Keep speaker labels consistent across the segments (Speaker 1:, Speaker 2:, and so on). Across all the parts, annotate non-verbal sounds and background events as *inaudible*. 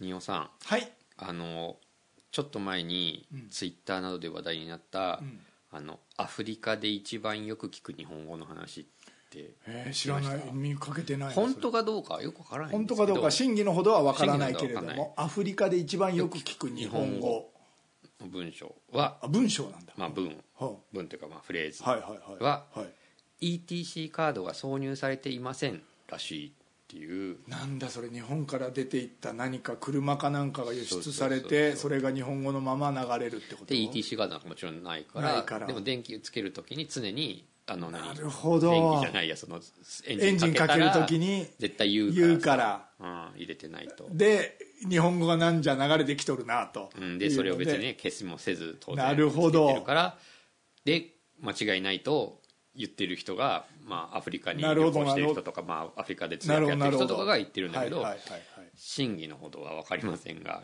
Speaker 1: 仁王さん
Speaker 2: はい、
Speaker 1: あのちょっと前に
Speaker 2: うん
Speaker 1: ツイッターなどで話題になった、
Speaker 2: うん
Speaker 1: あのアフリカで一番よく聞く日本語の話って
Speaker 2: えー知らない見かけてないです
Speaker 1: 本当かどうかよくわからないん
Speaker 2: 本
Speaker 1: で
Speaker 2: 当
Speaker 1: すけ
Speaker 2: か
Speaker 1: ど
Speaker 2: どうか真偽のほどは分からないけれど
Speaker 1: 真偽のほどは分
Speaker 2: もアフリカで一番よく聞く日
Speaker 1: よく
Speaker 2: 本
Speaker 1: 聞く日本
Speaker 2: 語
Speaker 1: 語文章は、
Speaker 2: あ文章なんだ、
Speaker 1: まあ、文
Speaker 2: は
Speaker 1: 文というかまあフレーズ、
Speaker 2: あはいはいは、
Speaker 1: はい
Speaker 2: はい
Speaker 1: ETC カードが挿入されていませんらしいっていう
Speaker 2: なんだそれ日本から出ていった何か車かなんかが輸出さ
Speaker 1: そうそ
Speaker 2: れ
Speaker 1: うそう
Speaker 2: て
Speaker 1: そう
Speaker 2: それが日本語のまま流れるってこと
Speaker 1: で ETC ガードなんかもちろんないから
Speaker 2: ないから
Speaker 1: でも電気つけるときに常にあの何
Speaker 2: なるほど
Speaker 1: 電気じゃないやそのエ
Speaker 2: エン
Speaker 1: ン
Speaker 2: ジ
Speaker 1: ジ
Speaker 2: ン
Speaker 1: ン
Speaker 2: か
Speaker 1: かけ
Speaker 2: ける
Speaker 1: る
Speaker 2: と
Speaker 1: と
Speaker 2: き
Speaker 1: き
Speaker 2: に
Speaker 1: 絶対言うから
Speaker 2: 言うから
Speaker 1: うん、入れてないと、
Speaker 2: で日本語がなんじゃ流れてきとるなと、
Speaker 1: うん、でそれを別に
Speaker 2: いうので
Speaker 1: ね消しもせず当
Speaker 2: な
Speaker 1: 然
Speaker 2: るほど
Speaker 1: つけてるからで間違いないと言ってる人が、まあ、アフリカに
Speaker 2: な
Speaker 1: 旅
Speaker 2: るほ
Speaker 1: 行
Speaker 2: ど
Speaker 1: してる人とか、まあ、アフリカで通
Speaker 2: な
Speaker 1: 訳
Speaker 2: るほ
Speaker 1: やっ
Speaker 2: ど
Speaker 1: て
Speaker 2: な
Speaker 1: る
Speaker 2: るほ
Speaker 1: 人
Speaker 2: ど
Speaker 1: とかが言ってるんだけど
Speaker 2: はいはいはいはい
Speaker 1: 真偽のほどは分かりません
Speaker 2: *laughs*
Speaker 1: が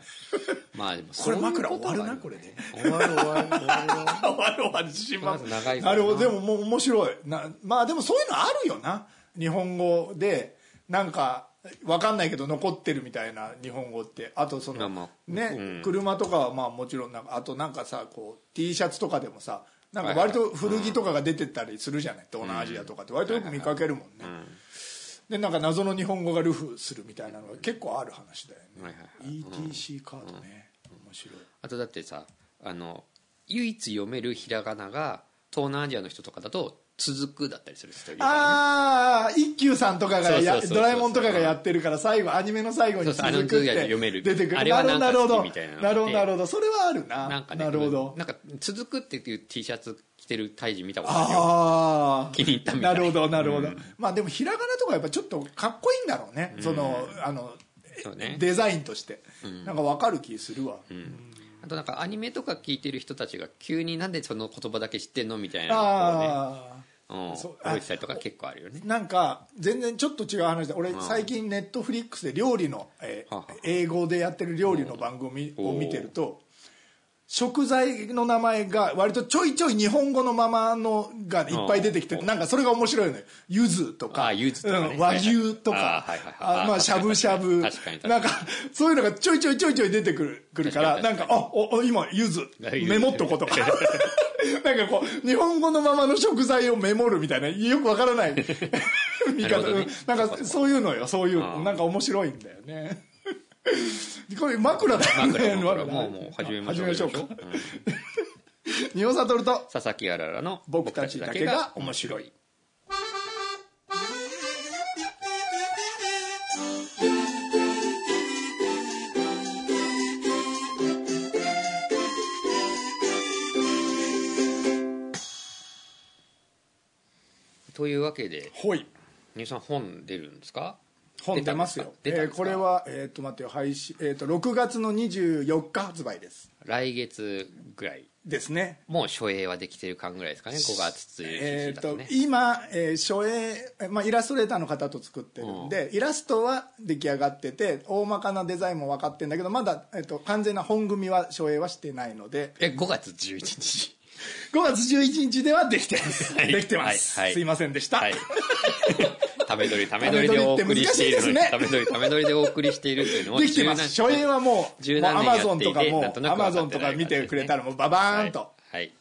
Speaker 1: まあでも
Speaker 2: こ
Speaker 1: そうい
Speaker 2: れ
Speaker 1: う
Speaker 2: 枕
Speaker 1: と
Speaker 2: 終わるな
Speaker 1: が
Speaker 2: これで
Speaker 1: 終わる終わる終わるよ
Speaker 2: 終わる終わる自信満
Speaker 1: と
Speaker 2: 々
Speaker 1: りあえず長いか
Speaker 2: な
Speaker 1: ら
Speaker 2: る
Speaker 1: な
Speaker 2: ほどでももう面白いなまあでもそういうのあるよな日本語でなんかわかんないけど残ってるみたいな日本語ってあとそ
Speaker 1: ま
Speaker 2: の、
Speaker 1: あまあ
Speaker 2: ね、
Speaker 1: うん
Speaker 2: 車とかはまあもちろんなんかあとなんかさこう T シャツとかでもさなんか
Speaker 1: はいはい
Speaker 2: 割と古着とかが出てったりするじゃない東南アジアとかって割とよく見かけるもんね、でなんか謎の日本語がルフするみたいなのが結構ある話だよね、
Speaker 1: はいはいはい
Speaker 2: ETC カードね、面白い
Speaker 1: あとだってさあの唯一読めるひらがなが東南アジアの人とかだと「続く」だったりする人いるからね
Speaker 2: ああ一休さんとかがや
Speaker 1: そうそうそうそう
Speaker 2: ドラえもんとかがやってるから最後アニメの最後に
Speaker 1: そうそうあの
Speaker 2: 続くっ
Speaker 1: グー
Speaker 2: て
Speaker 1: が読める
Speaker 2: 出てくる
Speaker 1: あれはなんか
Speaker 2: なるほど
Speaker 1: 好き
Speaker 2: な
Speaker 1: みたいなのがあって
Speaker 2: るほどなるほどそれはあるな
Speaker 1: なんかね、
Speaker 2: るほど
Speaker 1: なんか、続くっていう T シャツ着てる胎児見たことあるよ。
Speaker 2: ああ
Speaker 1: 気に入ったみた
Speaker 2: ないるほどなるほど、まあでもひらがなとかやっぱちょっとかっこいいんだろうね、そのあの
Speaker 1: そうね
Speaker 2: デザインとして、なんかわかる気するわ、
Speaker 1: あとなんかアニメとか聞いてる人たちが急になんでその言葉だけ知ってんのみたいな
Speaker 2: ああ
Speaker 1: のをね、うん、
Speaker 2: そう
Speaker 1: 覚
Speaker 2: あ
Speaker 1: えてたりとか結構あるよね。
Speaker 2: なんか全然ちょっと違う話だ俺最近ネットフリックスで料理の、えー
Speaker 1: はあはあ
Speaker 2: 英語でやってる料理の番組
Speaker 1: おー
Speaker 2: を見てると食材の名前が割とちょいちょい日本語のままのがいっぱい出てきて
Speaker 1: おー
Speaker 2: なんかそれが面白いのよゆずとか
Speaker 1: あー柚子とかね
Speaker 2: うん和牛と
Speaker 1: あ
Speaker 2: か
Speaker 1: ーはいはいはい
Speaker 2: あま
Speaker 1: あ
Speaker 2: あ
Speaker 1: ー
Speaker 2: しゃぶしゃぶ
Speaker 1: 確かに確かに
Speaker 2: なんかそういうのがちょいちょいちょいちょい出てくるくるから
Speaker 1: 確か
Speaker 2: な
Speaker 1: に
Speaker 2: んか
Speaker 1: 確か
Speaker 2: あおお今ゆず
Speaker 1: あ柚子
Speaker 2: メモっとこうとか *laughs* なんかこう日本語のままの食材をメモるみたいなよくわか
Speaker 1: *laughs*
Speaker 2: らない見
Speaker 1: な
Speaker 2: 方
Speaker 1: るほどね
Speaker 2: うんなんかそういうのよそういうの
Speaker 1: あー
Speaker 2: なんか面白いんだよね *laughs* これ枕だよね
Speaker 1: 枕枕
Speaker 2: *laughs* 枕
Speaker 1: もうもう始めましょう。
Speaker 2: 始めましょうか仁王悟と
Speaker 1: 佐々木あららの
Speaker 2: 僕たちだけが面白い。
Speaker 1: というわけで、
Speaker 2: ほい
Speaker 1: ニューさん本出るんですか
Speaker 2: 本出ますよ
Speaker 1: 出たん
Speaker 2: え
Speaker 1: です
Speaker 2: ー
Speaker 1: か
Speaker 2: これはえっ、と待ってよ配信えっ、と6月の24日発売です
Speaker 1: 来月ぐらい。
Speaker 2: ですね
Speaker 1: もう初映はできてる感ぐらいですかね、5月1
Speaker 2: えー
Speaker 1: 日だ
Speaker 2: と
Speaker 1: とね。
Speaker 2: 今、えー初映、えーまあ、イラストレーターの方と作ってるんで、イラストは出来上がってて大まかなデザインも分かってるんだけどまだ、えー、と完全な本組は初映はしてないので
Speaker 1: え、5月11日。
Speaker 2: 5月11日ではできてます、
Speaker 1: *laughs* はい
Speaker 2: できてます、
Speaker 1: はいはい
Speaker 2: すいませんでした、 *laughs*
Speaker 1: はい。ためどりためどりでお送りしているのに
Speaker 2: た
Speaker 1: ためどりためどりでお送りしているというのを
Speaker 2: できてます
Speaker 1: 17
Speaker 2: 初映はもう
Speaker 1: 17
Speaker 2: もうア
Speaker 1: 年
Speaker 2: マ
Speaker 1: や
Speaker 2: ゾ
Speaker 1: っ
Speaker 2: ン
Speaker 1: てい
Speaker 2: と
Speaker 1: て
Speaker 2: かも
Speaker 1: なんとな
Speaker 2: ア
Speaker 1: く分か
Speaker 2: マ
Speaker 1: って
Speaker 2: ゾンとか見てくれたらもうバ
Speaker 1: は
Speaker 2: バ
Speaker 1: い
Speaker 2: ーンと、
Speaker 1: はい。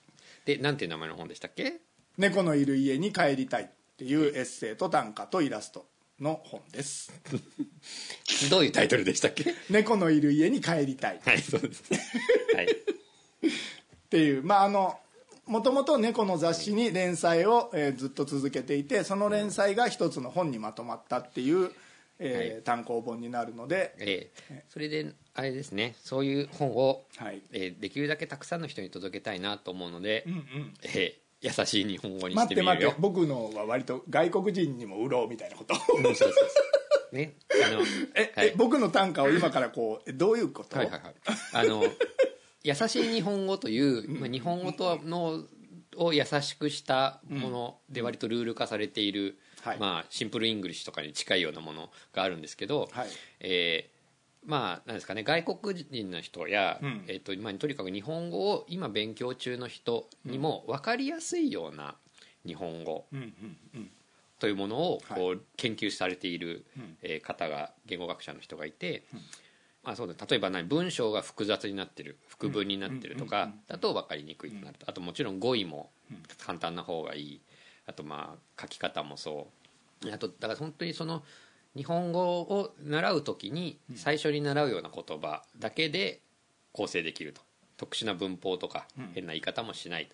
Speaker 1: で、なんていう名前の本でしたっけ
Speaker 2: 猫のいる家に帰りたい」っていうエッセイと短歌とイラストの本です
Speaker 1: どういうタイトルでしたっ
Speaker 2: *laughs*
Speaker 1: け
Speaker 2: 「猫のいる家に帰りたい」
Speaker 1: はい、そうです。はい。
Speaker 2: っていうまああのもともと猫の雑誌に連載を、えーずっと続けていてその連載が一つの本にまとまったっていう、えー
Speaker 1: は
Speaker 2: 単行本になるので、
Speaker 1: えーそれで、あれですね、そういう本を、
Speaker 2: はい
Speaker 1: えーできるだけたくさんの人に届けたいなと思うので、
Speaker 2: うんうん、
Speaker 1: えー優しい日本語にし
Speaker 2: 待
Speaker 1: て
Speaker 2: って
Speaker 1: みる
Speaker 2: 待っ
Speaker 1: よ
Speaker 2: て。
Speaker 1: *laughs*
Speaker 2: 僕のは割と外国人にも売ろうみたいなこと
Speaker 1: うんそうそうそうね。あの、
Speaker 2: え、
Speaker 1: はい
Speaker 2: え僕の短歌を今からこうえどういうこと、
Speaker 1: はいはいはい、あ
Speaker 2: *laughs*
Speaker 1: の優しい日本語という、まあ、日本語とはのを優しくしたもので割とルール化されている、
Speaker 2: はい
Speaker 1: まあ、シンプルイングリッシュとかに近いようなものがあるんですけど、
Speaker 2: はい
Speaker 1: えーまあ、なんですかね外国人の人や、
Speaker 2: うん
Speaker 1: えっとまあ、とにかく日本語を今勉強中の人にも分かりやすいような日本語
Speaker 2: うんうんうん
Speaker 1: というものをこ
Speaker 2: は
Speaker 1: う研究されている
Speaker 2: ん
Speaker 1: えー方が言語学者の人がいて、あそうだ例えば何文章が複雑になってる副文になってるとかだと分かりにくいとなるとあともちろん語彙も簡単な方がいいあとまあ書き方もそうあとだから本当にその日本語を習う時に最初に習うような言葉だけで構成できると特殊な文法とか変な言い方もしない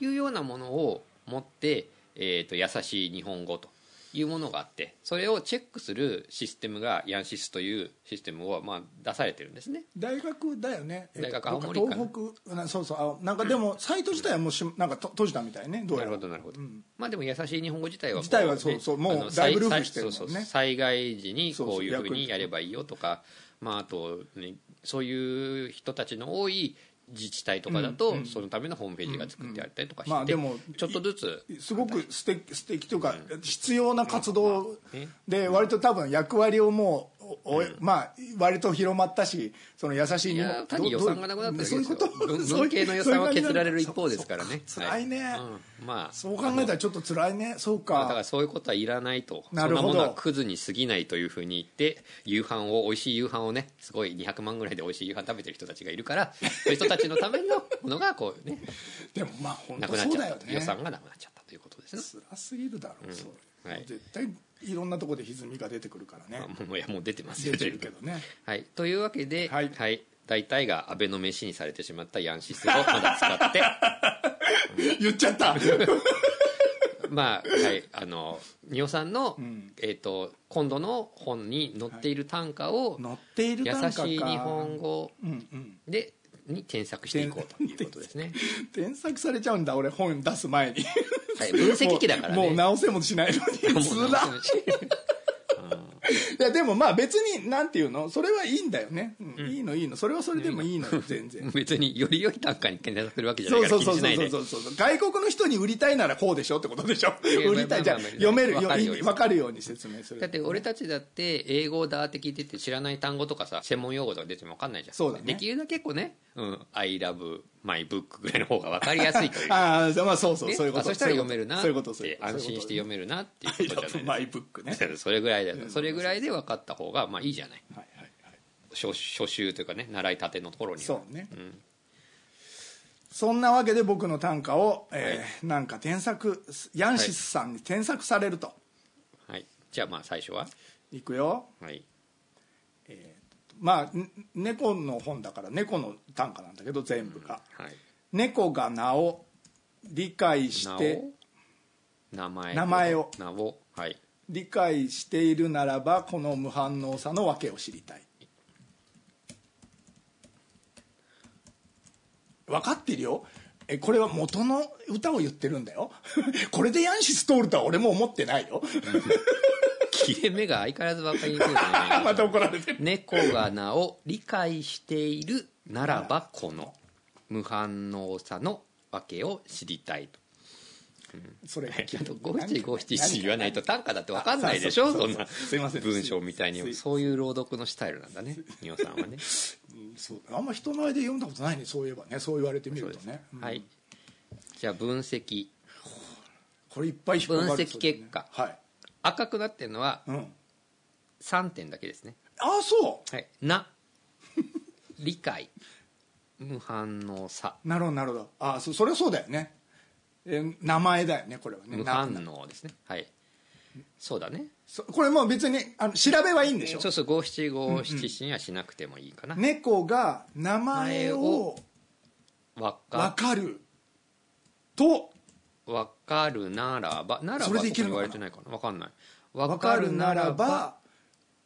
Speaker 1: というようなものを持って、えー、と優しい日本語というものがあってそれをチェックするシステムがヤンシスというシステムをまあ出されてるんですね
Speaker 2: 大学だよねえっと
Speaker 1: 大学青森かな
Speaker 2: 東北なそうそうあなんかでもサイト自体はもうしなんかと閉じたみたいねどう
Speaker 1: な
Speaker 2: や
Speaker 1: る
Speaker 2: ら
Speaker 1: ほどなるほど、まあでも優しい日本語自体はこ
Speaker 2: 自体はそうそうもう
Speaker 1: あの
Speaker 2: だいぶループ
Speaker 1: 災
Speaker 2: してるもんね
Speaker 1: そうそう災害時にこういう
Speaker 2: そうそう
Speaker 1: ふうにやればいいよとかまああと、ね、そういう人たちの多い自治体とかだと、そのためのホームページが作ってあったりとかして、
Speaker 2: まあでも
Speaker 1: ちょっとずつ
Speaker 2: すごく素敵素敵というか必要な活動
Speaker 1: ね
Speaker 2: で割と多分役割をもうおおまあ割と広まったしその優しい
Speaker 1: い
Speaker 2: 日本
Speaker 1: や単に予算がなくなっただけです
Speaker 2: そう
Speaker 1: よ
Speaker 2: いうこと *laughs*
Speaker 1: 文
Speaker 2: そう
Speaker 1: 文
Speaker 2: いう
Speaker 1: 系の予
Speaker 2: そういう
Speaker 1: 算は
Speaker 2: 感じな
Speaker 1: 削
Speaker 2: んだ
Speaker 1: られる一方ですからね
Speaker 2: そう辛いね
Speaker 1: はうんまあ
Speaker 2: そう考えたらちょっと辛いねそう
Speaker 1: まあだか
Speaker 2: から
Speaker 1: そういうことはいらないと
Speaker 2: なるほど
Speaker 1: そんなものはクズに過ぎないというふうに言って夕飯を美味しい夕飯をねすごい200万ぐらいで美味しい夕飯食べてる人たちがいる
Speaker 2: *laughs*
Speaker 1: からそういう人たちのためのものがこうね
Speaker 2: でもまあ本
Speaker 1: な
Speaker 2: 当
Speaker 1: くなっ
Speaker 2: そう
Speaker 1: ちゃ
Speaker 2: だ
Speaker 1: っ
Speaker 2: よ
Speaker 1: た、
Speaker 2: ね
Speaker 1: 予算がなくなっちゃったということですね
Speaker 2: 辛すぎるだろう、それ
Speaker 1: はい
Speaker 2: 絶対いろんなところで歪みが出てくるからね、
Speaker 1: もういやもう出てますよ
Speaker 2: 出てるけどね
Speaker 1: はい、というわけで、
Speaker 2: は
Speaker 1: はいい大体が安倍の飯にされてしまったヤンシスをまだ使って
Speaker 2: 言っちゃった
Speaker 1: *laughs* まあはいあの仁尾さんの、えー、と今度の本に載っている単価を
Speaker 2: *laughs* 乗ってい
Speaker 1: 「
Speaker 2: る
Speaker 1: 優
Speaker 2: 単価か
Speaker 1: しい日本語
Speaker 2: うんうん
Speaker 1: で」に添削していこうということですね、
Speaker 2: 添削されちゃうんだ俺本出す前に
Speaker 1: はい、分析機だからね
Speaker 2: もうもう直せもしないのに
Speaker 1: *laughs*
Speaker 2: つ
Speaker 1: もう
Speaker 2: ら
Speaker 1: 直せないし
Speaker 2: いやでもまあ別になんていうのそれはいいんだよね、うんいいのいいのそれはそれでもいいのよ全然
Speaker 1: 別により良い単価に検索するわけじゃな
Speaker 2: そ
Speaker 1: いうか
Speaker 2: そ
Speaker 1: ら
Speaker 2: う
Speaker 1: 気
Speaker 2: そ
Speaker 1: に
Speaker 2: う
Speaker 1: し
Speaker 2: そ
Speaker 1: な
Speaker 2: う
Speaker 1: い
Speaker 2: そ
Speaker 1: で
Speaker 2: うそう外国の人に売りたいならこうでしょってことでしょ
Speaker 1: や
Speaker 2: 売りたいじゃあ
Speaker 1: まあまあまあ
Speaker 2: 読めるよ
Speaker 1: わかるように
Speaker 2: 分かるように説明する
Speaker 1: だって俺たちだって英語だって聞いてて知らない単語とかさ専門用語とか出ても分かんないじゃん
Speaker 2: そうだね
Speaker 1: できるだけこうね「うん、I love my book」ぐらいの方が分かりやすいという
Speaker 2: ああまあそう *laughs* そう
Speaker 1: ね
Speaker 2: そういうこと
Speaker 1: あそしたら読めるなっ
Speaker 2: そ
Speaker 1: て
Speaker 2: ういうことそういうこと
Speaker 1: 安心して読めるなっていう
Speaker 2: そうい
Speaker 1: こ
Speaker 2: う
Speaker 1: と
Speaker 2: こ
Speaker 1: じゃ
Speaker 2: と
Speaker 1: な
Speaker 2: マ
Speaker 1: い
Speaker 2: イブック
Speaker 1: で
Speaker 2: ね
Speaker 1: すか *laughs* それぐらいだよそれぐらいで分かった方がまあいいじゃない
Speaker 2: はいはいはい
Speaker 1: 初初習というかね習いたてのところには
Speaker 2: そうね、そんなわけで僕の短歌を、えーなんか添削ヤンシスさんに添削されると、
Speaker 1: はい、じゃあまあ最初は、
Speaker 2: い、くよ
Speaker 1: はい、
Speaker 2: まあん猫の本だから猫の短歌なんだけど全部が、
Speaker 1: はい、
Speaker 2: 猫が名を理解し
Speaker 1: 名
Speaker 2: て
Speaker 1: を名前
Speaker 2: 名前を
Speaker 1: 名をはい
Speaker 2: 理解しているならばこの無反応さの訳を知りたい分かってるよえこれは元の歌を言ってるんだよこれでヤンシス通るとは俺も思ってないよ
Speaker 1: 切れ目が相変わらず分かりにくいです
Speaker 2: *laughs*
Speaker 1: ね
Speaker 2: また怒られてる
Speaker 1: 猫が名を理解しているならばこの無反応さの訳を知りたいと
Speaker 2: それ
Speaker 1: *laughs*
Speaker 2: が
Speaker 1: ちょっと五七五七七言わないと短歌だって分かんないでし
Speaker 2: あ
Speaker 1: ょ
Speaker 2: そうそ
Speaker 1: そう
Speaker 2: そうん
Speaker 1: な
Speaker 2: すいません
Speaker 1: 文章みたい
Speaker 2: すい
Speaker 1: にそういう朗読のスタイルなんだね仁さんはね
Speaker 2: うんそうあんま人前で読んだことないねそういえばねそう言われてみるとね、うん
Speaker 1: はいじゃあ分析
Speaker 2: これいっぱい引っかかる
Speaker 1: 分析結果
Speaker 2: そうだね
Speaker 1: 赤くなってるのは
Speaker 2: はい、うん、
Speaker 1: 3点だけですね
Speaker 2: ああそ
Speaker 1: はいな理解無反応さ
Speaker 2: うなるほどなるほどああそそれはそうだよねえー名前だよねこれはね
Speaker 1: 無
Speaker 2: な
Speaker 1: 反応ですねはいそうだね
Speaker 2: そこれもう別にあの調べはいいんでしょ
Speaker 1: そうそう五七五七七にはしなくてもいいかな、
Speaker 2: 猫が名前を
Speaker 1: わ
Speaker 2: 分
Speaker 1: か
Speaker 2: かると
Speaker 1: わかるならばなら
Speaker 2: そ
Speaker 1: ば
Speaker 2: れ
Speaker 1: と
Speaker 2: でいける
Speaker 1: 言
Speaker 2: のか
Speaker 1: わ
Speaker 2: な
Speaker 1: れてないかなわかんないわ
Speaker 2: 分かるならば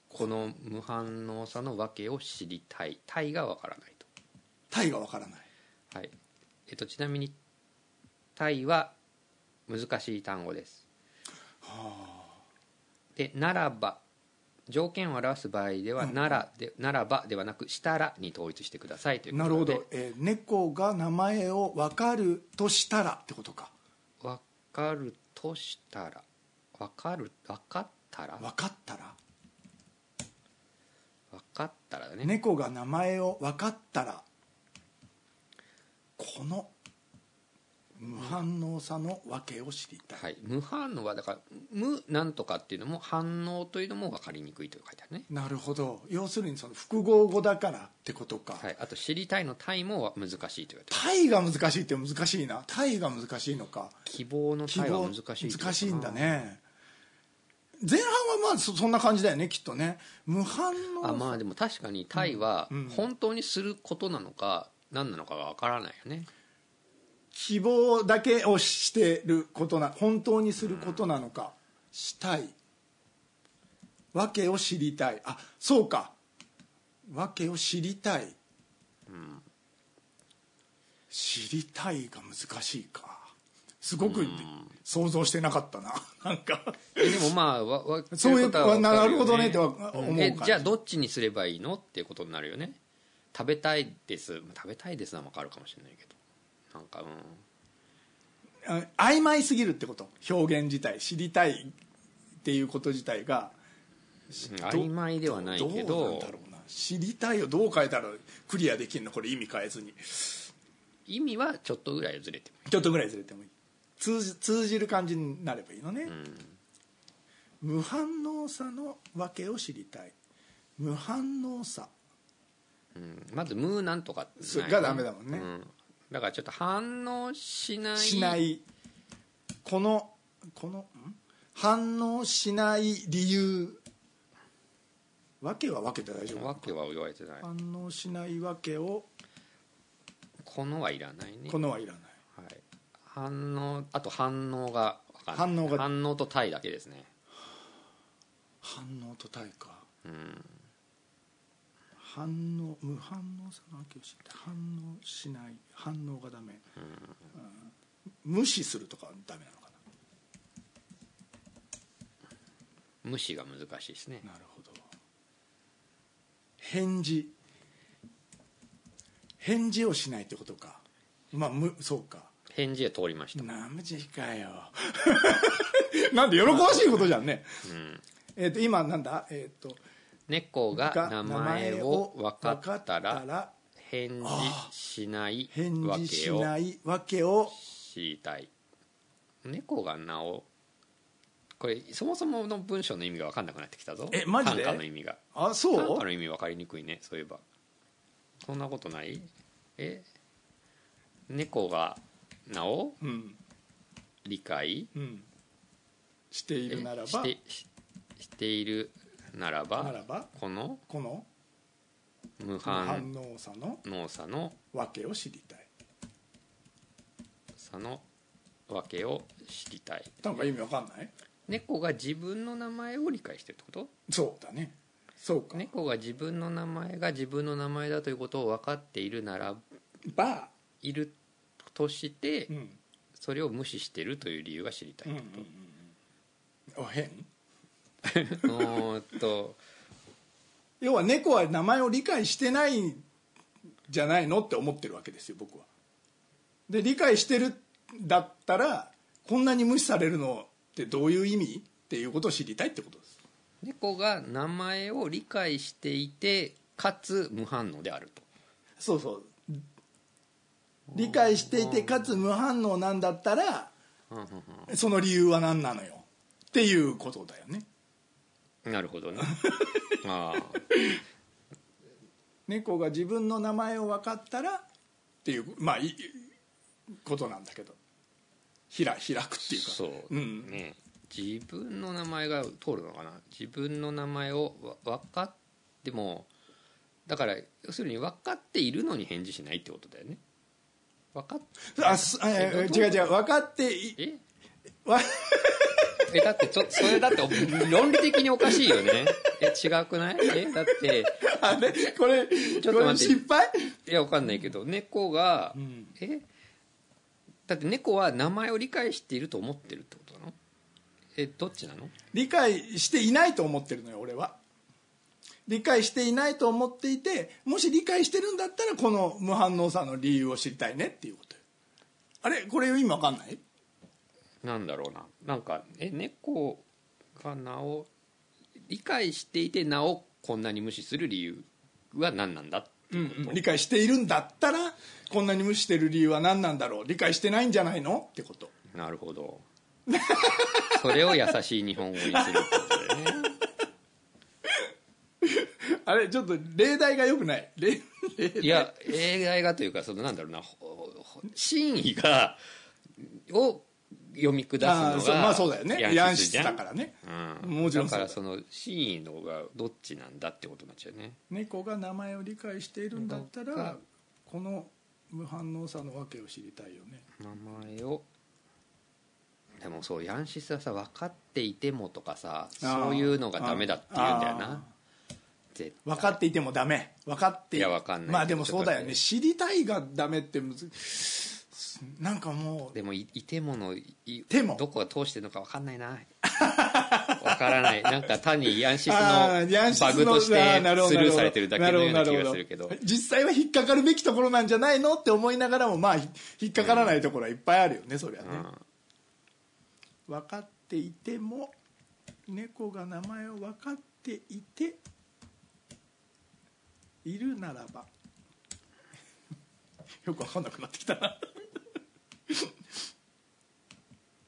Speaker 1: この無反応さの訳を知りたい「たい」がわからない
Speaker 2: タイが分からない
Speaker 1: と、はいえっと、ちなみに「たい」は難しい単語ですで「ならば」条件を表す場合では「なら」で「ならば」ではなく「したら」に統一してくださいということ
Speaker 2: なるほ
Speaker 1: で
Speaker 2: ど、えー猫が名前を分かるとしたらってことか
Speaker 1: わかるとしたらわかるわかったら
Speaker 2: 分かったら
Speaker 1: わかったらだね
Speaker 2: 猫が名前を分かったらこの無反応さの訳を知りたい、
Speaker 1: はい、無反応はだから無なんとかっていうのも反応というのも分かりにくいと書いてあるね、
Speaker 2: なるほど要するにその複合語だからってことか、
Speaker 1: はい、あと知りたいの体も難しいと言われてる
Speaker 2: タイが難しいって難しいなタイが難しいのか
Speaker 1: 希望の
Speaker 2: 希
Speaker 1: 体は
Speaker 2: 望
Speaker 1: 難しいってことかな
Speaker 2: 難しいんだね前半はまあそそんな感じだよねきっとね無反応
Speaker 1: あまあでも確かにタイは
Speaker 2: うんうん
Speaker 1: 本当にすることなのか何なのかが分からないよね
Speaker 2: 希望だけをしてることな本当にすることなのか、したい訳を知りたいあそうか訳を知りたい、知りたいが難しいかすごく想像してなかったな、なんか
Speaker 1: えでもまあわわ
Speaker 2: そういう
Speaker 1: やってることは分かよ
Speaker 2: なるほどねってわ思う感じ
Speaker 1: えじゃあどっちにすればいいのっていうことになるよね食べたいですまあ食べたいですは分かるかもしれないけどなんかうん
Speaker 2: あ曖昧すぎるってこと表現自体知りたいっていうこと自体が
Speaker 1: 曖昧ではないけど
Speaker 2: うなんだろうな知りたいをどう変えたらクリアできるのこれ意味変えずに
Speaker 1: 意味はちょっとぐらいずれても
Speaker 2: ちょっとぐらいずれてもいい通じ通じる感じになればいいのね、無反応さの訳を知りたい無反応さ
Speaker 1: いい、うん、まず「無」なんとかってない
Speaker 2: それがダメだもんね
Speaker 1: うん、だからちょっと反応しない
Speaker 2: しないこのこのん反応しない理由訳は分けて大丈夫
Speaker 1: わけは言われてない
Speaker 2: 反応しない訳を
Speaker 1: このはいらないね
Speaker 2: このはいらない
Speaker 1: はい、反応あと反応が分かんない
Speaker 2: 反応が
Speaker 1: 反応と体だけですね
Speaker 2: 反応と対価
Speaker 1: うん
Speaker 2: 反応無反応さの訳を知って反応しない反応がダメ、うん無視するとかはダメなのか
Speaker 1: 無視が難しいですね
Speaker 2: ななるほど返事返事をしないってことかまあ無そうか
Speaker 1: 返事で通りました、
Speaker 2: なむじかよ *laughs* なんで喜ばしいことじゃんね、
Speaker 1: うん、
Speaker 2: えっと今なんだえっ、と
Speaker 1: 猫が名前を分かったら
Speaker 2: 分かっ
Speaker 1: 返事しない
Speaker 2: 返
Speaker 1: わ
Speaker 2: 事
Speaker 1: け
Speaker 2: し
Speaker 1: を
Speaker 2: ない訳を
Speaker 1: 知りたい猫が名をこれそもそもの文章の意味が分かんなくなってきたぞ
Speaker 2: えマジで
Speaker 1: 短歌の意味が
Speaker 2: あそ
Speaker 1: 短歌
Speaker 2: う
Speaker 1: の意味分かりにくいねそういえばそんなことないえ猫が名を
Speaker 2: うん
Speaker 1: 理解
Speaker 2: うんしているなら
Speaker 1: し
Speaker 2: ば
Speaker 1: てししているならば
Speaker 2: ならば
Speaker 1: この
Speaker 2: この
Speaker 1: 無
Speaker 2: 反
Speaker 1: 反
Speaker 2: 応さの
Speaker 1: 応さの
Speaker 2: 訳を知りたい
Speaker 1: さの訳を知りたい
Speaker 2: なんか意味わかんない
Speaker 1: 猫が自分の名前を理解してるってこ
Speaker 2: そうだねそう
Speaker 1: と
Speaker 2: か
Speaker 1: 猫が自分の名前が自分の名前だということを分かっているなら
Speaker 2: ば
Speaker 1: いるとして
Speaker 2: うん
Speaker 1: それを無視してるという理由が知りた
Speaker 2: う
Speaker 1: い、*laughs*
Speaker 2: んうんうんおへん
Speaker 1: うーんと
Speaker 2: 要は猫は名前を理解してないんじゃないのって思ってるわけですよ僕はで理解してるだったらこんなに無視されるのってどういう意味っていうことを知りたいってことです
Speaker 1: 猫が名前を理解していてかつ無反応であると
Speaker 2: そうそう理解していてかつ無反応なんだったら
Speaker 1: うんうん
Speaker 2: その理由は何なのよっていうことだよね
Speaker 1: うんなるほど
Speaker 2: *laughs*
Speaker 1: ねああ
Speaker 2: 猫が自分の名前を分かったらっていうまあいいことなんだけどひら開くっていうか
Speaker 1: そう、
Speaker 2: ん、
Speaker 1: ね自分の名前が通るのかな自分の名前をわ分かってもだから要するに分かっているのに返事しないってことだよね分かっ
Speaker 2: あすえ違う違う分かってい
Speaker 1: え
Speaker 2: わ
Speaker 1: えだってちょそれだってお論理的におかしいよねえ違くないえだって
Speaker 2: あれこれ
Speaker 1: ょっと
Speaker 2: これ
Speaker 1: 待って
Speaker 2: 失敗
Speaker 1: いやわかんないけど猫が、えだって猫は名前を理解していると思ってるってことなのえどっちなの
Speaker 2: 理解していないと思ってるのよ俺は理解していないと思っていてもし理解してるんだったらこの無反応さの理由を知りたいねっていうことよあれこれ今わかんない
Speaker 1: なんだろうななんかえ猫が名を理解していてなおこんなに無視する理由は何なんだってっていうこと、
Speaker 2: 理解しているんだったらこんなに無視してる理由は何なんだろう理解してないんじゃないのってこと
Speaker 1: なるほどそれを優しい日本語にするってことでね
Speaker 2: *laughs* あれちょっと例題がよく *laughs* ない例例
Speaker 1: いや映画がというかそのなんだろうなほほ真意がを読み下すの
Speaker 2: あー
Speaker 1: が
Speaker 2: そうまあそうだよね
Speaker 1: ヤ
Speaker 2: ヤ
Speaker 1: ン
Speaker 2: ン
Speaker 1: シ
Speaker 2: シ
Speaker 1: ス
Speaker 2: ス
Speaker 1: じゃ
Speaker 2: だ
Speaker 1: ん
Speaker 2: からね
Speaker 1: う
Speaker 2: もちろん
Speaker 1: だから
Speaker 2: そ
Speaker 1: その真意のがどっちなんだってことになっちゃうね
Speaker 2: 猫が名前を理解しているんだったらこの無反応さの訳を知りたいよね
Speaker 1: 名前をでもそうヤンシスはさ分かっていてもとかさ
Speaker 2: あー
Speaker 1: そういうのがダメだって言うんだよな絶対
Speaker 2: 分かっていてもダメ分かって
Speaker 1: いや分かんない
Speaker 2: まあでもそうだよ
Speaker 1: ちょっとだけ
Speaker 2: ね知りたいがダメってむずなんかもう
Speaker 1: でもいいてものい
Speaker 2: ても
Speaker 1: どこが通してるのか分かんないな分からないなんか単にヤンシスの
Speaker 2: *laughs* あーヤンシスの
Speaker 1: バグとしてスル
Speaker 2: あなるほど
Speaker 1: ーされてるだけのような気
Speaker 2: るほ
Speaker 1: が
Speaker 2: ど
Speaker 1: するけど
Speaker 2: なほ実際は引っかかるべきところなんじゃないのって思いながらもまあひ引っかからないところはいっぱいあるよね、そりゃね、
Speaker 1: う
Speaker 2: 分かっていても猫が名前を分かっていているならば *laughs* よく分かんなくなってきたな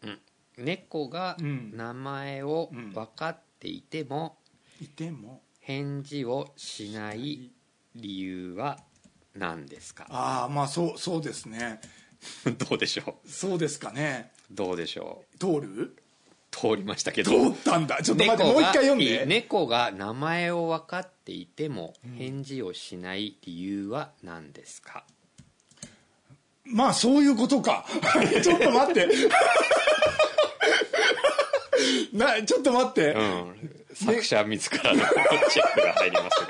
Speaker 1: ん猫が
Speaker 2: うん
Speaker 1: 名前を分かっていても
Speaker 2: いても
Speaker 1: 返事をしない理由は何ですか
Speaker 2: ああまあそうそうですね
Speaker 1: *laughs* どうでしょう
Speaker 2: そうですかね
Speaker 1: どうでしょう
Speaker 2: 通る
Speaker 1: 通りましたけど
Speaker 2: 通ったんだちょっと待っても
Speaker 1: 猫
Speaker 2: う一
Speaker 1: が
Speaker 2: 回読んで
Speaker 1: い猫が名前を分かっていても返事をしない理由は何ですか、
Speaker 2: まあそういうことか *laughs* ちょっと待って *laughs* なちょっと待って、
Speaker 1: うん、 *laughs* 作者自らのチェックが入りますが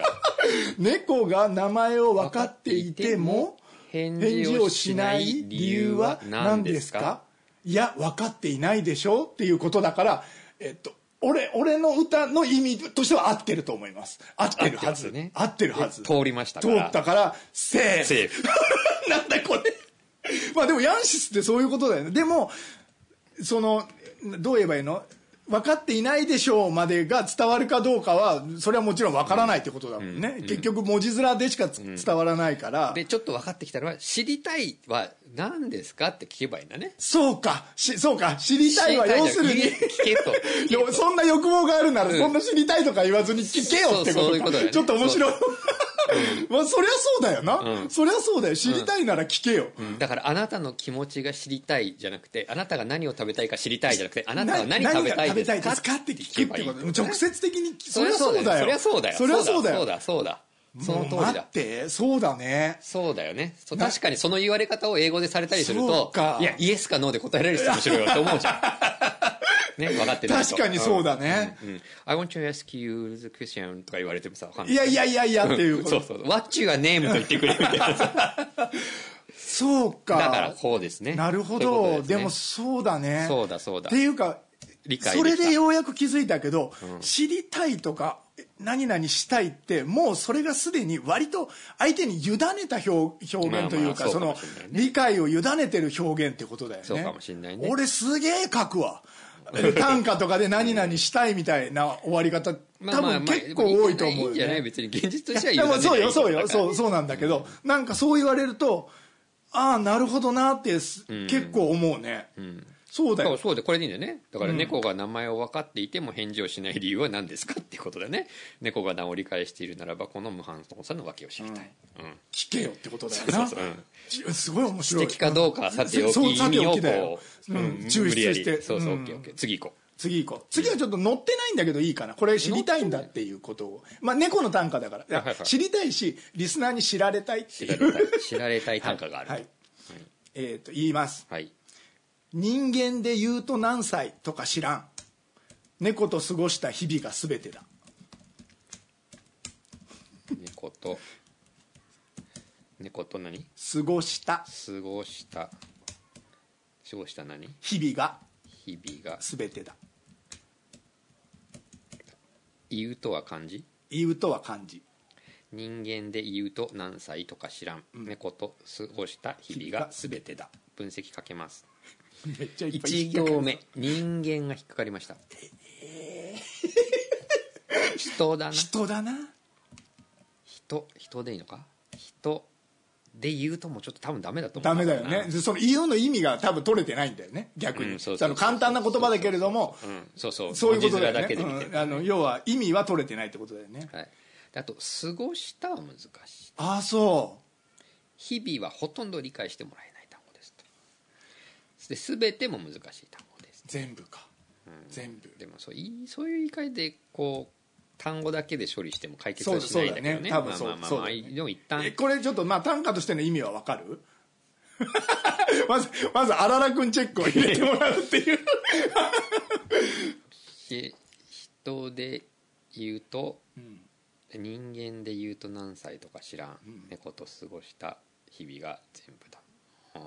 Speaker 2: 猫が名前を分かっていても
Speaker 1: 返
Speaker 2: 返
Speaker 1: 事
Speaker 2: 事
Speaker 1: を
Speaker 2: を
Speaker 1: し
Speaker 2: し
Speaker 1: な
Speaker 2: ないい
Speaker 1: 理
Speaker 2: 理
Speaker 1: 由
Speaker 2: 由
Speaker 1: は
Speaker 2: は
Speaker 1: 何
Speaker 2: 何
Speaker 1: で
Speaker 2: ですす
Speaker 1: か
Speaker 2: かいや分かっていないでしょっていうことだから、えっと、俺俺の歌の意味としては合ってると思います合ってるはず合
Speaker 1: 合ってますね
Speaker 2: って,、るはず
Speaker 1: で通りましたから
Speaker 2: 通ったから *laughs* セーフ
Speaker 1: セーフ *laughs*
Speaker 2: なんだこれまあでもヤンシスってそういうことだよねでもそのどう言えばいいの分かっていないでしょうまでが伝わるかどうかはそれはもちろん分からないってことだもんね、結局文字面でしかつ伝わらないから、
Speaker 1: でちょっと分かってきたのは「知りたいは何ですか?」って聞けばいいんだね
Speaker 2: そうかしそうか知りたいは
Speaker 1: 知りたい
Speaker 2: 要
Speaker 1: じゃ
Speaker 2: す
Speaker 1: ん
Speaker 2: るに
Speaker 1: 聞け聞けと *laughs* 聞け
Speaker 2: よそんな欲望があるなら、
Speaker 1: ん
Speaker 2: そんな知りたいとか言わずに聞けよって
Speaker 1: そうそういう
Speaker 2: こ
Speaker 1: ことだ
Speaker 2: とか
Speaker 1: よね
Speaker 2: ちょっと面白い *laughs* まあそりゃそうだよな、
Speaker 1: うん
Speaker 2: そりゃそうだよ知りたいなら聞けよ、
Speaker 1: うんだからあなたの気持ちが知りたいじゃなくてあなたが何を食べたいか知りたいじゃなくてあなたは何食べたいですか
Speaker 2: 何が食べたいですかって聞くってこと直接的に聞
Speaker 1: そ
Speaker 2: そり
Speaker 1: り
Speaker 2: ゃ
Speaker 1: ゃ
Speaker 2: そ
Speaker 1: そうう
Speaker 2: だ
Speaker 1: だ
Speaker 2: よ
Speaker 1: よそりゃそうだよ
Speaker 2: そりゃそうだよ
Speaker 1: そうだそうだその通
Speaker 2: もう
Speaker 1: り
Speaker 2: 待
Speaker 1: だ
Speaker 2: ってそうだね
Speaker 1: そうだよねそう確かにその言われ方を英語でされたりする
Speaker 2: そ
Speaker 1: と
Speaker 2: うか
Speaker 1: いやイエスかノーで答えられる人面白いよって思うじゃ
Speaker 2: *laughs*
Speaker 1: んね分かってないと
Speaker 2: 確かにそうだね、
Speaker 1: うん、I want to ask you the question とか言われてもさ、わかんない
Speaker 2: いやいやいやいやっていうこと
Speaker 1: そうそう。What's your name? と言ってくれる
Speaker 2: *laughs*
Speaker 1: みたいな。だか
Speaker 2: そうか
Speaker 1: ら、こうですね。
Speaker 2: なる
Speaker 1: そ
Speaker 2: ほ
Speaker 1: ういう
Speaker 2: ど
Speaker 1: こと
Speaker 2: です
Speaker 1: ね
Speaker 2: もそうだね
Speaker 1: そうだそうだ
Speaker 2: って。いうか
Speaker 1: 理解
Speaker 2: そ
Speaker 1: で
Speaker 2: れ
Speaker 1: きた
Speaker 2: でようやく気づいたけど、知りたいとかえ何々したいってもうそれがすでに割と相手に委ねた表表現という
Speaker 1: まあま
Speaker 2: か、
Speaker 1: あそう
Speaker 2: そ
Speaker 1: かも
Speaker 2: の
Speaker 1: しれないね
Speaker 2: 理解を委ねてる表現ってことだよね
Speaker 1: そうかもしれないね
Speaker 2: 俺すげえ書くわ短歌とかで何々したいみたいな終わり方多分結構多いと思うよ
Speaker 1: いいんじゃない
Speaker 2: ね
Speaker 1: 別に現実としては
Speaker 2: でもそうよそうよそううそうなんだけど、なんかそう言われるとああなるほどなってす、結構思うね、そうだ
Speaker 1: そ
Speaker 2: よ
Speaker 1: うそうでこれでいいんだよねだから猫が名前を分かっていても返事をしない理由は何ですかっていうことだよね猫が名を理解しているならばこの無反応さの訳を知りたい、うん
Speaker 2: 聞けよってことだよな
Speaker 1: そうそううん
Speaker 2: じすごい面白い
Speaker 1: 素敵かどうかはさておき
Speaker 2: そう
Speaker 1: 意
Speaker 2: さて
Speaker 1: 味
Speaker 2: お
Speaker 1: を
Speaker 2: きだよ
Speaker 1: こう、
Speaker 2: うん
Speaker 1: うん
Speaker 2: 抽出
Speaker 1: 無理やり
Speaker 2: して
Speaker 1: そうそう、
Speaker 2: う
Speaker 1: オ
Speaker 2: ん
Speaker 1: ッケーオッケー次行こ
Speaker 2: 次行こう次はちょっと載ってないんだけどいいかなこれ知りたいんだっていうことを、まあ、猫の短歌だからいや
Speaker 1: はいはい
Speaker 2: 知りたいしリスナーに知られたいっ
Speaker 1: う
Speaker 2: て
Speaker 1: 知
Speaker 2: い
Speaker 1: ら
Speaker 2: う
Speaker 1: れたい知られたい短歌がある
Speaker 2: はい、えっ、と言います
Speaker 1: はい
Speaker 2: 「人間で言うと何歳とか知らん猫と過ごした日々が全てだ
Speaker 1: 猫と猫と何
Speaker 2: 過ごした
Speaker 1: 過ごした過ごした何
Speaker 2: 日々が
Speaker 1: 日々が
Speaker 2: 全てだ」
Speaker 1: 言うとは漢字
Speaker 2: 「言うとは漢字
Speaker 1: 人間で言うと何歳とか知らん、猫と過ごした日々が
Speaker 2: 全てだ」
Speaker 1: 分析かけます
Speaker 2: めっちゃいっぱい
Speaker 1: 1
Speaker 2: 引っかかる
Speaker 1: 行目人間が引っかかりました人だな
Speaker 2: 人だな
Speaker 1: 人人でいいのか人で言うともうちょっと多分ダメだと思う
Speaker 2: ダメだよ
Speaker 1: な
Speaker 2: ねその言うの意味が多分取れてないんだよね逆
Speaker 1: う
Speaker 2: に
Speaker 1: んそうそう
Speaker 2: その簡単な言葉だけれども
Speaker 1: うん、そうそう
Speaker 2: そういうことだ
Speaker 1: 文字面
Speaker 2: よ
Speaker 1: だ
Speaker 2: ね
Speaker 1: けで見てる、
Speaker 2: うんあの要は意味は取れてないってことだよね
Speaker 1: はい、であと「過ごした」は難しい
Speaker 2: ああそ
Speaker 1: 「日々」はほとんど理解してもらえない単語ですとで全ても難しい単語です
Speaker 2: う全部か全部
Speaker 1: でもそういいそういう言い換えでこう単語だけで処理しても解決
Speaker 2: そう
Speaker 1: は
Speaker 2: だ
Speaker 1: しないんだけどね
Speaker 2: そうだね多分そう
Speaker 1: まあまあ
Speaker 2: そ
Speaker 1: まあ、
Speaker 2: う
Speaker 1: ま
Speaker 2: だ
Speaker 1: あ
Speaker 2: ね
Speaker 1: でも一旦
Speaker 2: えこれちょっとまあ短歌としての意味はわかる *laughs* まずまずあららくんチェックを入れてもらうっ
Speaker 1: *laughs*
Speaker 2: ていう
Speaker 1: ひ人で言うと
Speaker 2: ん
Speaker 1: 人間で言うと何歳とか知らん、猫と過ごした日々が全部だあー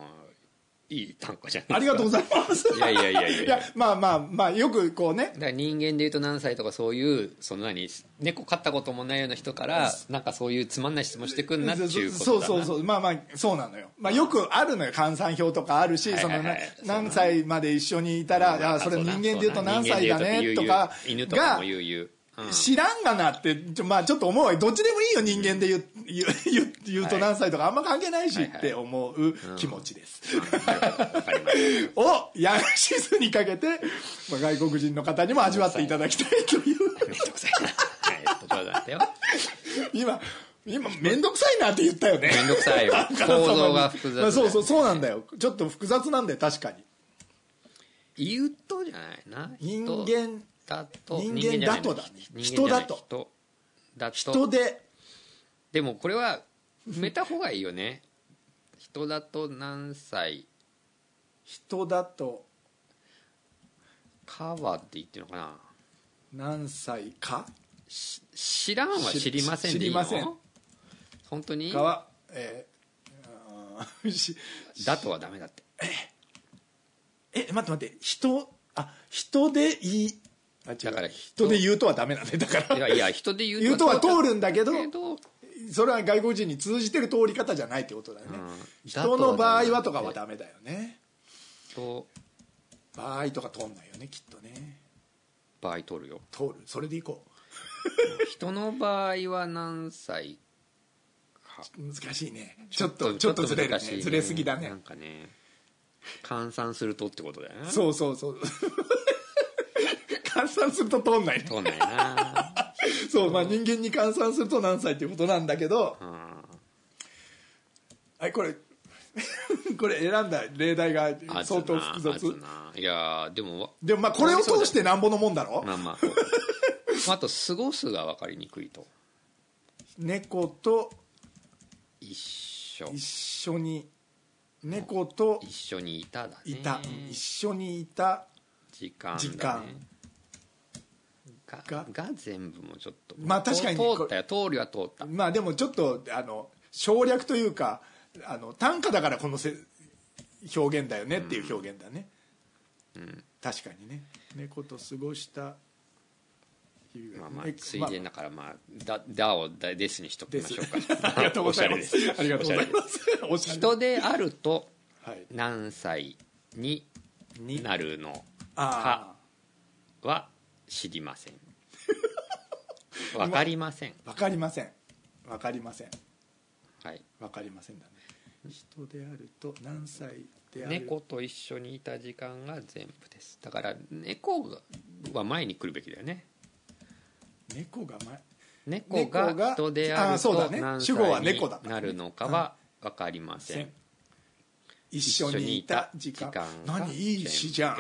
Speaker 1: いい単語じゃないですか
Speaker 2: ありがとうございます
Speaker 1: いやいやいやいや
Speaker 2: いやまあまあまあよくこうね
Speaker 1: だから人間でいうと何歳とかそういうその何猫飼ったこともないような人からなんかそういうつまんない質問してくんなっていうことだ
Speaker 2: そう
Speaker 1: な
Speaker 2: そうそうまあまあそうなのよ、まあ、よくあるのよ換算表とかあるし、
Speaker 1: はいはいはい
Speaker 2: そのな何歳まで一緒にいたら、ああそれ
Speaker 1: う
Speaker 2: 人
Speaker 1: だ
Speaker 2: 間で言うと何
Speaker 1: そう
Speaker 2: 歳だねとか
Speaker 1: 人間で言うと言う言う犬とか
Speaker 2: が
Speaker 1: も言う言う、うん
Speaker 2: 知らんがなってちょまあちょっと思うわどっちでもいいよ人間で言う言う言う言うと何歳とかあんま関係ないしって思う気持ちです、
Speaker 1: わかりまし
Speaker 2: をヤンシスにかけて、まあ、外国人の方にも味わっていただきたいと
Speaker 1: *laughs*
Speaker 2: いう
Speaker 1: ためんどくさいなはいそうだったよ
Speaker 2: 今今面倒くさいなって言ったよね
Speaker 1: めんどくさいよ
Speaker 2: あからさまに
Speaker 1: 構造が複雑だ
Speaker 2: ま
Speaker 1: よ
Speaker 2: あそうそうそうなんだよちょっと複雑なんだよ確かに
Speaker 1: 言うとじゃないな人
Speaker 2: 人間
Speaker 1: だと
Speaker 2: 人間
Speaker 1: じゃない
Speaker 2: だとだね
Speaker 1: 人間じゃない
Speaker 2: 人だと
Speaker 1: 人だと
Speaker 2: 人で
Speaker 1: でもこれは埋めた方がいいよね人だと何歳
Speaker 2: 人だと
Speaker 1: かはって言ってるのかな
Speaker 2: 何歳か
Speaker 1: し知らんは知りませんでいいの
Speaker 2: 知りません
Speaker 1: 本当に
Speaker 2: かは、えーあー *laughs* し
Speaker 1: だとはダメだって
Speaker 2: え待って待って人あ人でいいあ違う
Speaker 1: だから人
Speaker 2: 人で言うとはダメなんだよだから
Speaker 1: いやいや人で言う
Speaker 2: 言うとは通るんだけど
Speaker 1: けど
Speaker 2: それは外国人に通じてる通り方じゃないってことだよね、
Speaker 1: うん
Speaker 2: 人の場合はとかはダメだよね
Speaker 1: と
Speaker 2: 場合とか通んないよねきっとね
Speaker 1: 場合取るよ
Speaker 2: 通るそれでいこ
Speaker 1: 人の場合は何歳か
Speaker 2: う難しいねちょっとちょっとずれるね
Speaker 1: 難しい
Speaker 2: ずれすぎだね
Speaker 1: なんかね換算するとってことだよね
Speaker 2: そうそうそう *laughs* 換算すると通んないね
Speaker 1: 通んないな
Speaker 2: そうまあ人間に換算すると何歳っていうことなんだけど
Speaker 1: うん
Speaker 2: はいこれ *laughs* これ選んだ例題が
Speaker 1: あ
Speaker 2: 相当
Speaker 1: ずな
Speaker 2: 複
Speaker 1: あず
Speaker 2: 雑
Speaker 1: ないやーでもわ
Speaker 2: でもまあこれを通してなんぼのもんだろ
Speaker 1: まあまあまああと「過ごす」が分かりにくいと
Speaker 2: 猫と
Speaker 1: 一緒
Speaker 2: 一緒に猫と
Speaker 1: 一緒にいただね
Speaker 2: いた一緒にいた
Speaker 1: 時間だ、ね、
Speaker 2: 時間
Speaker 1: が
Speaker 2: が
Speaker 1: が全部もちょっと
Speaker 2: まあ確かに
Speaker 1: と通ったよ通りは通った
Speaker 2: まあでもちょっとあの省略というかあの短歌だからこのせ表現だよねっていう表現だね、確かにね猫と過ごした日々
Speaker 1: まあ
Speaker 2: が
Speaker 1: まあ
Speaker 2: ね
Speaker 1: ついでだからまあ「だ」だをだですにしときましょうか
Speaker 2: まあありがとうご *laughs* ざいま
Speaker 1: おしゃ
Speaker 2: す
Speaker 1: れです
Speaker 2: ありがとうございますおしゃれ
Speaker 1: 人であると
Speaker 2: はい
Speaker 1: 何歳に
Speaker 2: に
Speaker 1: なるの
Speaker 2: あ
Speaker 1: は知りま
Speaker 2: *laughs*
Speaker 1: せん分かりません
Speaker 2: あわかりませんわかりません
Speaker 1: はい
Speaker 2: わかりませんだね人であると何歳である
Speaker 1: 猫と一緒にいた時間が全部ですだから猫がは前に来るべきだよね
Speaker 2: 猫が前
Speaker 1: 猫
Speaker 2: 猫が
Speaker 1: が人であ
Speaker 2: あ
Speaker 1: る
Speaker 2: そうだ
Speaker 1: と
Speaker 2: ね
Speaker 1: 何
Speaker 2: 主
Speaker 1: 歳
Speaker 2: 語は猫だから
Speaker 1: になるのかは分かりません
Speaker 2: 一緒にいた時間
Speaker 1: 一緒にいた時間が
Speaker 2: 何いい詩じゃん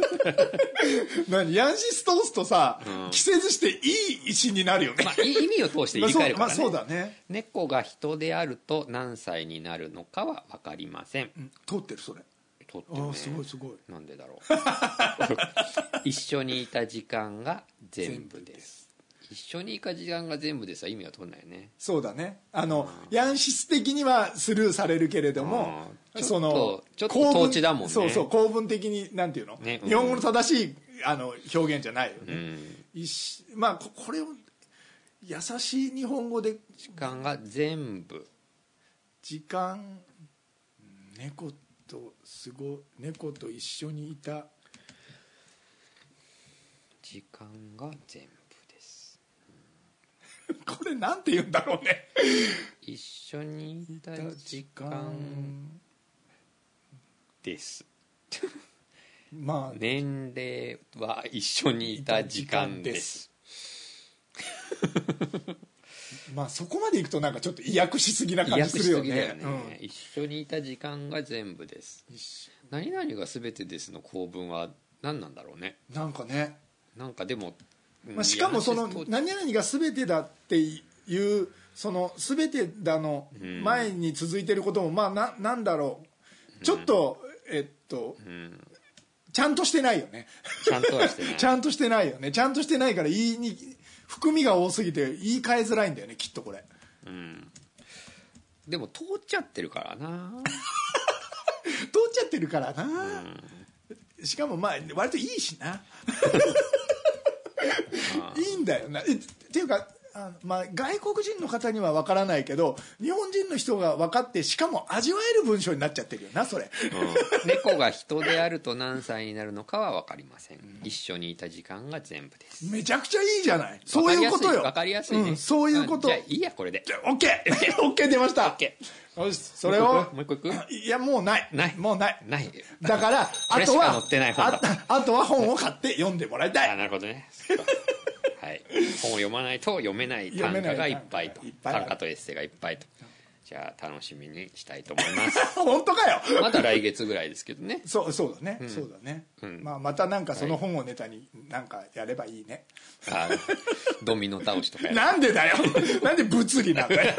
Speaker 2: *laughs* 何ヤンシストースとさ、
Speaker 1: うん
Speaker 2: 着せずしていい詩になるよね、
Speaker 1: まあ、い *laughs* 意味を通して言
Speaker 2: まあ
Speaker 1: い
Speaker 2: そう
Speaker 1: 換えるか
Speaker 2: まあ
Speaker 1: ら
Speaker 2: そう
Speaker 1: ね
Speaker 2: だね、
Speaker 1: 猫が人であると何歳になるのかは分かりません
Speaker 2: うん通ってるそれ
Speaker 1: とって
Speaker 2: あ
Speaker 1: ね
Speaker 2: あすごいすごい
Speaker 1: なんでだろう *laughs* 一緒にいた時間が全部です一緒にいた時間が全部ですは意味は取んないよね
Speaker 2: そうだねあの、ヤンシス的にはスルーされるけれども、
Speaker 1: うん
Speaker 2: その
Speaker 1: ちょっと
Speaker 2: 構文
Speaker 1: ちょっと統治だもんね
Speaker 2: そうそう構文的になんていうの、
Speaker 1: ねうん
Speaker 2: 日本語の正しいあの表現じゃないよ
Speaker 1: う
Speaker 2: ね、
Speaker 1: ん
Speaker 2: 一緒まあここれを優しい日本語で
Speaker 1: 時間が全部
Speaker 2: 時間猫とすご猫と一緒にいた *laughs*
Speaker 1: 時間が全部です
Speaker 2: これなんて言うんだろうね
Speaker 1: 一緒にいた時間です
Speaker 2: まあ
Speaker 1: 年齢は一緒にいた時間です
Speaker 2: まあそこまでいくとなんかちょっと意訳しすぎな
Speaker 1: 意
Speaker 2: 感じ
Speaker 1: 訳し
Speaker 2: する
Speaker 1: す
Speaker 2: よ
Speaker 1: ぎだよね、
Speaker 2: ね
Speaker 1: 一緒にいた時間が全部です何々が全てですの構文は何なんだろうね
Speaker 2: うんなんかね、
Speaker 1: なんかでも、うん
Speaker 2: まあ、しかもその
Speaker 1: いや
Speaker 2: 何々が全てだっていうその全てだの
Speaker 1: うん
Speaker 2: 前に続いてることもまあななんだろうちょっとえっと
Speaker 1: うん
Speaker 2: ちゃんとしてないよね
Speaker 1: ちゃんとはしてない
Speaker 2: *laughs* ちゃんとしてないよねちゃんとしてないから言いに含みが多すぎて言い換えづらいんだよねきっとこれ
Speaker 1: うん、でも通っちゃってるからな、
Speaker 2: 通っちゃってるからな、しかもまあ割といいし
Speaker 1: *laughs*
Speaker 2: ないいんだよなえっていうかあのまあ、外国人の方には分からないけど日本人の人が分かってしかも味わえる文章になっちゃってるよなそれ
Speaker 1: うん猫が人であると何歳になるのかは分かりません、一緒にいた時間が全部です
Speaker 2: めちゃくちゃいいじゃないそういうことよ
Speaker 1: 分かりやすいね、
Speaker 2: うん、そういうこと
Speaker 1: あじゃあいいやこれで
Speaker 2: OKOK 出ましたよしそれを
Speaker 1: もう一個いく
Speaker 2: いやもうない
Speaker 1: ない
Speaker 2: もうない
Speaker 1: ない
Speaker 2: だから
Speaker 1: こ
Speaker 2: あ
Speaker 1: れし
Speaker 2: と
Speaker 1: か
Speaker 2: は
Speaker 1: 載ってない本だ
Speaker 2: ああとは本を買って読んでもらいた
Speaker 1: あ
Speaker 2: い
Speaker 1: なるほどねはい本を読まないと読めない
Speaker 2: 読
Speaker 1: 短
Speaker 2: めな
Speaker 1: 歌
Speaker 2: い
Speaker 1: がいっぱいと
Speaker 2: いっぱいある
Speaker 1: 短歌とエッセイがいっぱいとじゃあ楽しみにしたいと思います
Speaker 2: 本当かよ
Speaker 1: まだ来月ぐらいですけどね
Speaker 2: そうそうだね、そうだね、
Speaker 1: ん
Speaker 2: まあ、またなんかその本をネタになんかやればいいね、
Speaker 1: あのドミノ倒しとかやる *laughs*
Speaker 2: なんでだよなんで物理なんだよ